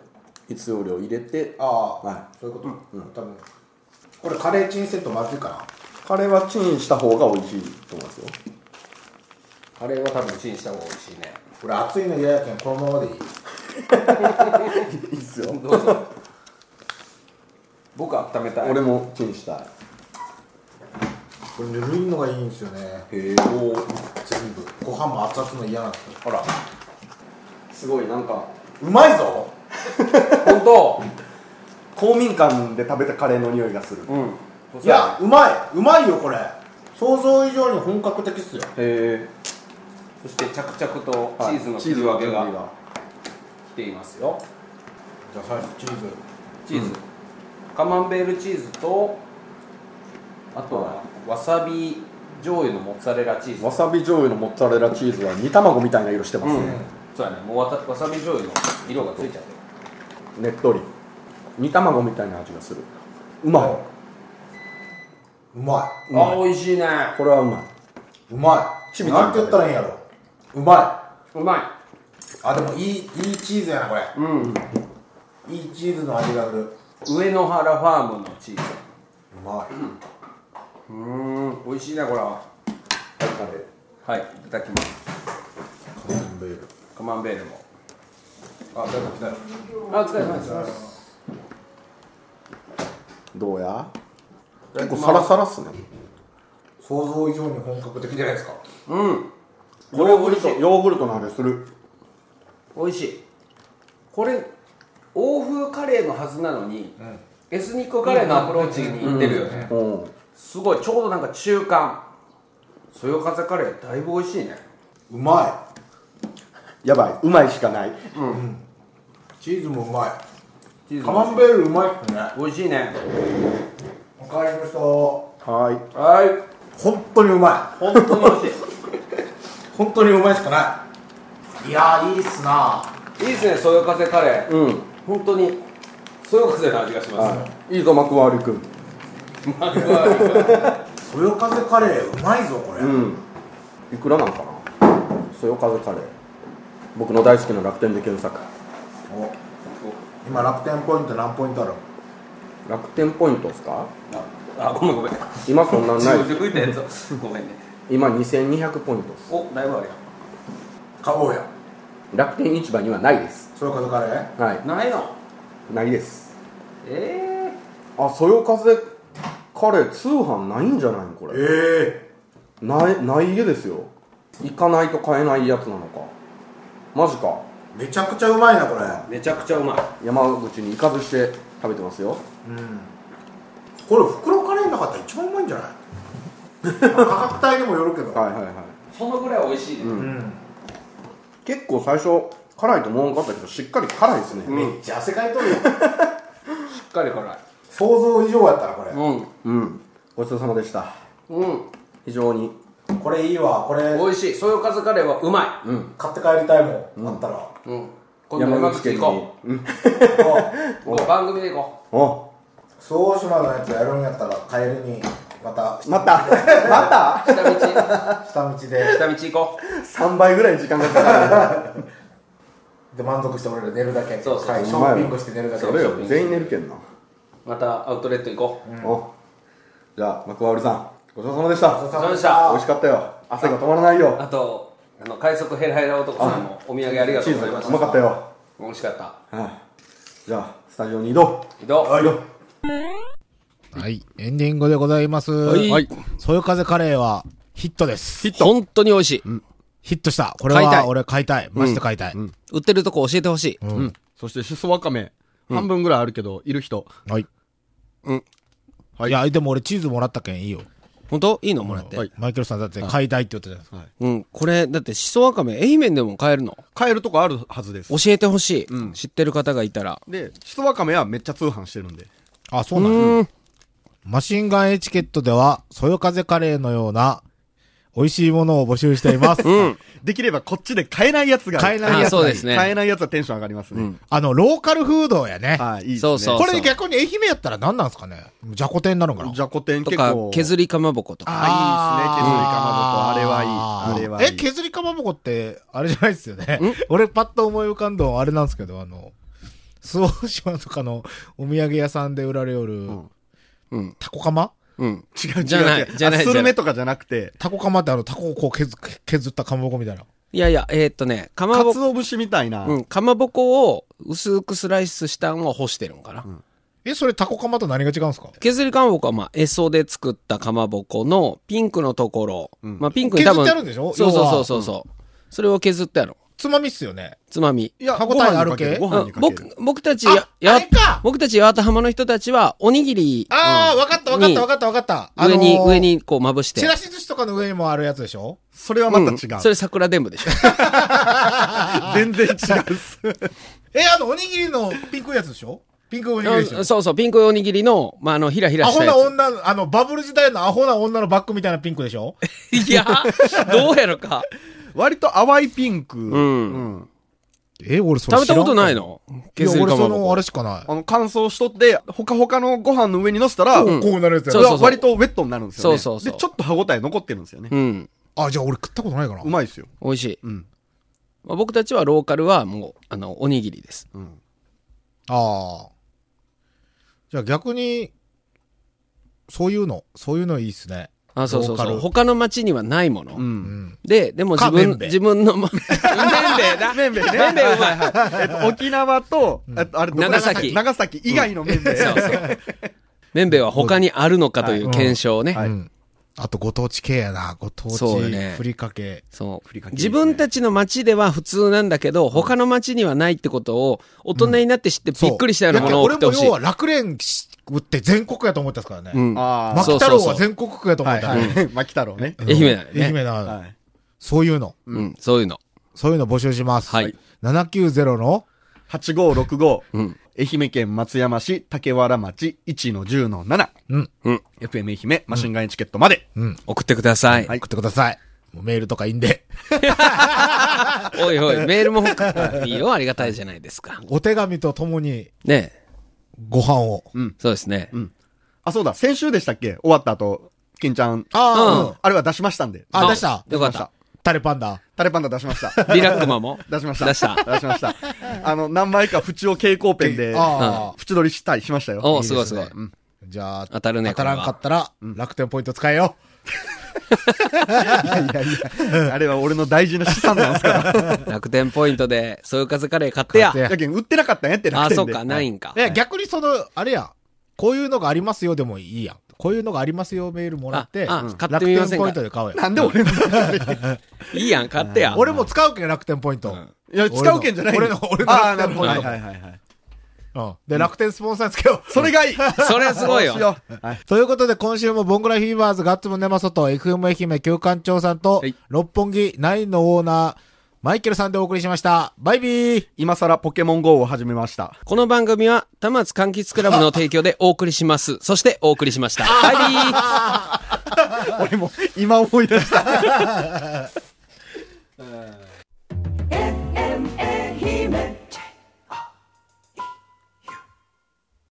[SPEAKER 5] 必要量入れて
[SPEAKER 2] ああ、
[SPEAKER 5] は
[SPEAKER 2] そういうこと、多分これカレーチンセットまずいかな
[SPEAKER 5] カレーはチンした方が美味しいと思いますよ
[SPEAKER 4] いカレーは多分チンした方が美味しいね
[SPEAKER 2] これ熱いの嫌やけんこのままでいい
[SPEAKER 5] いいっ すよ
[SPEAKER 4] どうぞ僕温めたい
[SPEAKER 5] 俺もチンしたいへ
[SPEAKER 2] これぬるいのがいいんですよね全
[SPEAKER 5] え
[SPEAKER 2] 部ご飯も熱々の嫌なんですよ
[SPEAKER 5] ほらすごいなんか
[SPEAKER 2] うまいぞ
[SPEAKER 4] 本当
[SPEAKER 5] 公民館で食べたカレーの匂いがするへ
[SPEAKER 4] うん
[SPEAKER 2] いやうまいうまいよこれ想像以上に本格的っすよ
[SPEAKER 5] え
[SPEAKER 4] そして着々とチーズの切り分けが来ていますよ
[SPEAKER 2] じゃあ最初チーズ
[SPEAKER 4] チーズ、カマンベールチーズとあとはわさび醤油のモッツァレラチーズ
[SPEAKER 5] わさび醤油のモッツァレラチーズは煮卵みたいな色してますね、
[SPEAKER 4] そうやねもうわたわさび醤油の色がついちゃってる
[SPEAKER 5] ねっとり煮卵みたいな味がするうまい、
[SPEAKER 2] うま
[SPEAKER 5] うん
[SPEAKER 4] あ美味しいね
[SPEAKER 5] これはうま
[SPEAKER 2] い
[SPEAKER 5] い
[SPEAKER 2] うま
[SPEAKER 5] チ
[SPEAKER 2] い
[SPEAKER 5] ビちゃん
[SPEAKER 2] なんて言ったらいいんやろうま
[SPEAKER 4] うま
[SPEAKER 2] いあでもいいいいチーズやなこれ
[SPEAKER 4] いうん
[SPEAKER 2] いいチーズの味がするう
[SPEAKER 4] 上野原ファームのチーズ
[SPEAKER 2] まい
[SPEAKER 4] うん美味しいねこれははいいただきます
[SPEAKER 2] カマンベール
[SPEAKER 4] カマンベールも
[SPEAKER 2] あ、だいぶ来たよ
[SPEAKER 4] あお疲れ様です
[SPEAKER 5] どうや結構サラサラっすね
[SPEAKER 2] 想像以上に本格的じゃないですか
[SPEAKER 4] うん
[SPEAKER 5] ヨ
[SPEAKER 4] これ
[SPEAKER 5] ーグ
[SPEAKER 4] 美味
[SPEAKER 5] ル
[SPEAKER 4] し
[SPEAKER 5] ト
[SPEAKER 4] い
[SPEAKER 5] ヨーグルトの味する
[SPEAKER 4] 美味しいこれ欧風カレーのはずなのに、エスニックカレーのアプローチにいってるよね、
[SPEAKER 5] うん
[SPEAKER 4] すごいちょうどなんか中間そよ風カレーだいぶ美味しいね
[SPEAKER 2] うま
[SPEAKER 5] やばいうまいしかない
[SPEAKER 2] いチーズもうま
[SPEAKER 4] チー
[SPEAKER 2] い
[SPEAKER 4] ズ
[SPEAKER 2] カ
[SPEAKER 4] も
[SPEAKER 2] マンベールうまいっすね
[SPEAKER 4] 美味しいね
[SPEAKER 2] おかわりの人本
[SPEAKER 5] は
[SPEAKER 4] はい
[SPEAKER 2] 当にうま
[SPEAKER 4] 本当に 美味し
[SPEAKER 2] い本当にうまいしかないいやーいいっすない
[SPEAKER 4] いいですねそよ風カレー、
[SPEAKER 5] いうん
[SPEAKER 4] 本当にそよ風の味がします、
[SPEAKER 5] はいいいぞマクワーリ君
[SPEAKER 2] そよ風カレーうまいぞこれ、
[SPEAKER 5] うんいくらなんかなそよ風カレー僕の大好きな楽天で検索
[SPEAKER 7] お今楽天ポイント何ポイントある
[SPEAKER 5] 楽天ポイントですか
[SPEAKER 8] あごめんごめん
[SPEAKER 5] 今そんなんない
[SPEAKER 8] 自分
[SPEAKER 5] で
[SPEAKER 8] です吹いたやつごめんね
[SPEAKER 5] 今2200ポイントです
[SPEAKER 8] おだいぶあるよ
[SPEAKER 7] 買おうや
[SPEAKER 5] 楽天市場にはないです
[SPEAKER 7] それこそカレー
[SPEAKER 5] は
[SPEAKER 8] ないの
[SPEAKER 5] いないです
[SPEAKER 8] え
[SPEAKER 5] あそよ風カレー通販ないんじゃないのこれ
[SPEAKER 7] え
[SPEAKER 5] ないない家ですよ行かないと買えないやつなのかマジか
[SPEAKER 7] えめちゃくちゃうまいなこれ
[SPEAKER 8] えめちゃくちゃうまい
[SPEAKER 5] 山口に行かずして食べてますよ
[SPEAKER 7] これ袋カレーの中で一番うまいんじゃない 価格帯にもよるけど、
[SPEAKER 5] はいはいはい
[SPEAKER 8] そのぐらい美味しいね、
[SPEAKER 7] うん、
[SPEAKER 5] 結構最初辛いと思わんかったけどしっかり辛いですね
[SPEAKER 7] めっちゃ汗かいとるよ
[SPEAKER 8] しっかり辛い
[SPEAKER 7] 想像以上やったらこれ、
[SPEAKER 8] うん
[SPEAKER 5] うんごちそうさまでした
[SPEAKER 8] うん
[SPEAKER 5] 非常に
[SPEAKER 7] これいいわこれ
[SPEAKER 8] 美味しいそよ風カレーはうま
[SPEAKER 7] 買って帰りたいもん、あったら
[SPEAKER 8] いうん今度山口行こ
[SPEAKER 5] にうん
[SPEAKER 8] うこう番組で行こ
[SPEAKER 5] お
[SPEAKER 7] 総島のやつやるんやったら帰りにまた
[SPEAKER 5] またまた
[SPEAKER 8] う下道下
[SPEAKER 7] 下道で
[SPEAKER 8] 道行こ
[SPEAKER 5] 3倍ぐらい時間がかか
[SPEAKER 7] で満足して俺ら寝るだけ
[SPEAKER 8] そうそう
[SPEAKER 7] はいシ
[SPEAKER 5] る
[SPEAKER 7] ョッピングして 寝るだけ
[SPEAKER 5] それよ全員寝るけんな、
[SPEAKER 8] うまたアウトレット行こう
[SPEAKER 5] おじゃあ幕張さんごちそうさまでし
[SPEAKER 7] ごち
[SPEAKER 5] た
[SPEAKER 7] そうさまでし
[SPEAKER 8] そ
[SPEAKER 7] た
[SPEAKER 5] 美味しかったよ汗が止まらないよ
[SPEAKER 8] あとあの快速ヘラヘラ男さんもお土産ありがと
[SPEAKER 5] チ
[SPEAKER 8] う
[SPEAKER 5] ー
[SPEAKER 8] ござい
[SPEAKER 5] ズ
[SPEAKER 8] ま
[SPEAKER 5] が
[SPEAKER 8] し
[SPEAKER 5] う
[SPEAKER 8] た
[SPEAKER 5] まかったよ、
[SPEAKER 8] 美味しかった
[SPEAKER 5] はいじゃあスタジオに移動
[SPEAKER 8] 移動
[SPEAKER 5] はいよ
[SPEAKER 2] はい、エンディングでございます。
[SPEAKER 4] はいはい
[SPEAKER 2] そういう風カレーはヒットです。
[SPEAKER 4] 本当に美味しい。
[SPEAKER 2] ヒットした。これ
[SPEAKER 4] 買いた
[SPEAKER 2] はい俺買いたい。マジで買いたい。
[SPEAKER 4] 売ってるとこ教えてほし
[SPEAKER 3] う
[SPEAKER 4] い。
[SPEAKER 3] ん。そして、しそわかめ、半分ぐらいあるけど、いる人。
[SPEAKER 2] はい。
[SPEAKER 4] うん。
[SPEAKER 2] いや、でも俺チーズもらったけんいいよ。
[SPEAKER 4] 本当いいのもらって。
[SPEAKER 3] はい
[SPEAKER 2] マイケルさんだって買いたいって言ってたじゃないですか。
[SPEAKER 4] うん。これ、だって、しそわかめ、愛媛でも買えるの。
[SPEAKER 3] 買えるとこあるはずです
[SPEAKER 4] 教。えてほしい、知ってる方がいたら。
[SPEAKER 3] で、しそわかめはめっちゃ通販してるんで。
[SPEAKER 2] あ、そうなんやマシンガンエチケットでは、そよ風カレーのような美味しいものを募集しています。
[SPEAKER 3] できればこっちで買えないやつが。
[SPEAKER 2] 買えないやつ
[SPEAKER 4] あ
[SPEAKER 2] がいい。
[SPEAKER 4] そうですね
[SPEAKER 3] 買えないやつはテンション上がりますね。
[SPEAKER 2] あの、ローカルフードやね。
[SPEAKER 3] はい、いいですね。
[SPEAKER 4] そうそう
[SPEAKER 2] これ逆に愛媛やったら何なんですかねじゃこ天になるんかな
[SPEAKER 3] じゃこ天
[SPEAKER 4] と
[SPEAKER 3] 結
[SPEAKER 4] か
[SPEAKER 3] 構。、
[SPEAKER 4] 削りかまぼことか。
[SPEAKER 3] あ、いいですね。削りかまぼこ。あれはいい。あれはいい。
[SPEAKER 2] え、削りかまぼこって、あれじゃないですよね。俺パッと思い浮かんだのはあれなんですけど、あの、周防島とかのお土産屋さんで売られよる、
[SPEAKER 4] うん
[SPEAKER 2] タコカマ
[SPEAKER 4] うん。
[SPEAKER 3] 違う違う違う。
[SPEAKER 4] じゃないじゃない
[SPEAKER 3] あスルメとかじゃなくて、
[SPEAKER 2] タコカマってあの、タコをこう削削ったかまぼこみたいな。
[SPEAKER 4] いやいや、えーっとね、かま
[SPEAKER 3] か
[SPEAKER 4] ぼ
[SPEAKER 3] つ
[SPEAKER 4] こ、
[SPEAKER 3] お節みたいな。
[SPEAKER 4] うん、かまぼこを薄くスライスしたんを干してるんかな。
[SPEAKER 2] え、それタコカマと何が違うんですか
[SPEAKER 4] 削りかまぼこは、まあ、エソで作ったかまぼこのピンクのところ。まあ、ピンクに多
[SPEAKER 2] 削
[SPEAKER 4] 分。
[SPEAKER 2] ってあるんでしょ
[SPEAKER 4] そうそうそう
[SPEAKER 2] 要
[SPEAKER 4] そう
[SPEAKER 2] は
[SPEAKER 4] そう。それを削ってある。
[SPEAKER 2] つまみっすよね。
[SPEAKER 4] つまみ。
[SPEAKER 3] いや
[SPEAKER 2] 歯応えある系
[SPEAKER 3] ご飯にかけるご飯にかける。
[SPEAKER 4] 僕、僕たちや、や
[SPEAKER 2] あれか、
[SPEAKER 4] 僕たち八幡浜の人たちは、おにぎり、
[SPEAKER 2] あー、わ、かったわかったわかったわかった。あの
[SPEAKER 4] 上
[SPEAKER 2] ー
[SPEAKER 4] に、上。にこうまぶして。
[SPEAKER 2] チラシ寿司とかの上にもあるやつでしょ
[SPEAKER 3] それはまた違
[SPEAKER 4] んそれ
[SPEAKER 3] う。
[SPEAKER 4] 桜伝 部でしょ。
[SPEAKER 3] 全然違うっす。
[SPEAKER 2] え、あの、おにぎりのピンクいやつでしょピンクおにぎりでしょ
[SPEAKER 4] そうそう、ピンクいおにぎりの、まあ、あの、ひらひら
[SPEAKER 2] ア
[SPEAKER 4] し
[SPEAKER 2] ホ
[SPEAKER 4] たや
[SPEAKER 2] な
[SPEAKER 4] つ。
[SPEAKER 2] 女の、あの、バブル時代のアホな女のバッグみたいなピンクでしょ
[SPEAKER 4] いや、どうやろか。
[SPEAKER 3] 割と淡いピンク。
[SPEAKER 4] ん
[SPEAKER 3] うん
[SPEAKER 2] え、俺そ
[SPEAKER 4] 食べたことないの
[SPEAKER 2] いや、
[SPEAKER 4] 削り
[SPEAKER 2] 俺
[SPEAKER 4] か
[SPEAKER 2] そ
[SPEAKER 4] まぼ
[SPEAKER 2] の、あ
[SPEAKER 4] こ。
[SPEAKER 2] れしかない。
[SPEAKER 3] あの、乾燥しとって、ほかほかのご飯の上に乗せたら、
[SPEAKER 2] こうなるやつや
[SPEAKER 4] そう
[SPEAKER 2] ろ
[SPEAKER 4] そうそう
[SPEAKER 3] 割とウェットになるんですよね。
[SPEAKER 4] そうそうそう
[SPEAKER 3] で、ちょっと歯応え残ってるんですよね。
[SPEAKER 4] うん。
[SPEAKER 2] あ、じゃあ俺食ったことないかな
[SPEAKER 3] う。まいですよ。
[SPEAKER 4] 美味しい。
[SPEAKER 3] ん
[SPEAKER 4] まあ、僕たちはローカルはもう、あの、おにぎりです。
[SPEAKER 2] ああ。じゃあ逆に、そういうの、そういうのいいっすね。
[SPEAKER 4] あ、そうそ
[SPEAKER 2] ロ
[SPEAKER 4] う
[SPEAKER 2] ーカ
[SPEAKER 4] そ
[SPEAKER 2] ル
[SPEAKER 4] う。他の町にはないもの。
[SPEAKER 3] ん
[SPEAKER 4] で、でも自
[SPEAKER 2] かめ
[SPEAKER 4] 分
[SPEAKER 2] ん、べい
[SPEAKER 4] 自分の、ま、めんべい だ。めんべいめんべいうまい。
[SPEAKER 3] えっと、沖縄と、えっとあれどこ
[SPEAKER 4] 長崎
[SPEAKER 3] 長崎以外の面で。
[SPEAKER 4] めんべいは他にあるのかという検証ね。
[SPEAKER 2] うん。あとご当地系やな。ご当
[SPEAKER 4] そうよ
[SPEAKER 2] 地、
[SPEAKER 4] ね
[SPEAKER 2] ふりかけ。
[SPEAKER 4] そう
[SPEAKER 3] りか。けです
[SPEAKER 4] 自
[SPEAKER 3] ね
[SPEAKER 4] 分たちの町では普通なんだけど、他の町にはないってことを、大人になって知ってびっくりしたようなものを送ってほ
[SPEAKER 2] いや
[SPEAKER 4] し
[SPEAKER 2] 俺
[SPEAKER 4] い
[SPEAKER 2] も要。は楽蓮って全国やと思ってたからね。
[SPEAKER 4] うん。
[SPEAKER 3] あ
[SPEAKER 2] 牧
[SPEAKER 4] そう
[SPEAKER 2] 太郎は全国区やと思
[SPEAKER 3] あ。
[SPEAKER 2] っ
[SPEAKER 3] は
[SPEAKER 2] て
[SPEAKER 3] い
[SPEAKER 2] た。
[SPEAKER 3] はい。牧太郎ね。
[SPEAKER 2] うん
[SPEAKER 4] 愛媛だよね
[SPEAKER 2] 愛媛だ、
[SPEAKER 3] はい。
[SPEAKER 2] そういうの。
[SPEAKER 4] うん、そういうの。
[SPEAKER 2] そういうの募集します。
[SPEAKER 4] はい。
[SPEAKER 2] 790の、
[SPEAKER 3] 8565、
[SPEAKER 4] ん
[SPEAKER 3] 愛媛県松山市竹原町1の10の7。
[SPEAKER 2] うん。
[SPEAKER 4] うん。
[SPEAKER 3] FM 愛媛マシンガンエチケットまで。
[SPEAKER 2] うん。
[SPEAKER 4] 送ってください。
[SPEAKER 2] 送ってください。もうメールとかいいんで。
[SPEAKER 4] おいおい、メールも送っていいよ。ありがたいじゃないですか。
[SPEAKER 2] お手紙とともに
[SPEAKER 4] ね
[SPEAKER 2] ご飯を。
[SPEAKER 4] そうですね。
[SPEAKER 3] あ、そうだ。先週でしたっけ終わった後、金ちゃん。
[SPEAKER 2] ああ、うん
[SPEAKER 3] あれは出しましたんで。
[SPEAKER 2] あ、出した。
[SPEAKER 4] よかった。
[SPEAKER 2] タレパンダ。
[SPEAKER 3] タレパンダ出しました。
[SPEAKER 4] リラックマも
[SPEAKER 3] 出しました。
[SPEAKER 4] 出した。
[SPEAKER 3] 出しました。あの、何枚か縁を蛍光ペンで、
[SPEAKER 2] ああ。
[SPEAKER 3] 縁取りしたりしましたよ。
[SPEAKER 4] おすごいすごい。
[SPEAKER 3] うん
[SPEAKER 2] じゃあ、
[SPEAKER 4] 当たるね
[SPEAKER 2] 当たらんかったら、楽天ポイント使えよ。
[SPEAKER 3] あれは俺の大事な資産なんです から。
[SPEAKER 4] 楽天ポイントで、そういう風カレー買ってや。
[SPEAKER 2] 買って
[SPEAKER 3] やけん売ってなかったんやって
[SPEAKER 4] あ
[SPEAKER 3] 楽天
[SPEAKER 4] あ、
[SPEAKER 3] で。
[SPEAKER 4] そうか、ないんか。
[SPEAKER 2] え、逆にその、あれや、こういうのがありますよでもいいやん。こういうのがありますよメールもらって、
[SPEAKER 4] ああ
[SPEAKER 2] うん
[SPEAKER 4] 買ってみま
[SPEAKER 2] 楽
[SPEAKER 4] せ
[SPEAKER 2] 天
[SPEAKER 4] んか
[SPEAKER 2] ポイントで買おうよ。
[SPEAKER 3] なんで俺の。
[SPEAKER 4] いいやん、買ってや。
[SPEAKER 2] 俺も使うけん、楽天ポイント。
[SPEAKER 3] いや、使うけんじゃない
[SPEAKER 2] 俺の俺の
[SPEAKER 3] ああ、なるほ
[SPEAKER 2] 俺
[SPEAKER 3] ど。は
[SPEAKER 2] の
[SPEAKER 3] いはいはいはい。
[SPEAKER 2] うん。で、楽天スポンサーにつけよう。
[SPEAKER 3] それがいい
[SPEAKER 4] それすごいよ
[SPEAKER 3] そうしようはい。
[SPEAKER 2] ということで、今週もボングラフィーバーズガッツムネマソと FM 愛媛旧館長さんと、
[SPEAKER 4] はい
[SPEAKER 2] 六本木ナインのオーナー、マイケルさんでお送りしました。バイビー
[SPEAKER 3] 今更ポケモン GO を始めました。
[SPEAKER 4] この番組は、田松柑橘クラブの提供でお送りします。そして お送りしました。バイビー
[SPEAKER 3] 俺も今思い出した。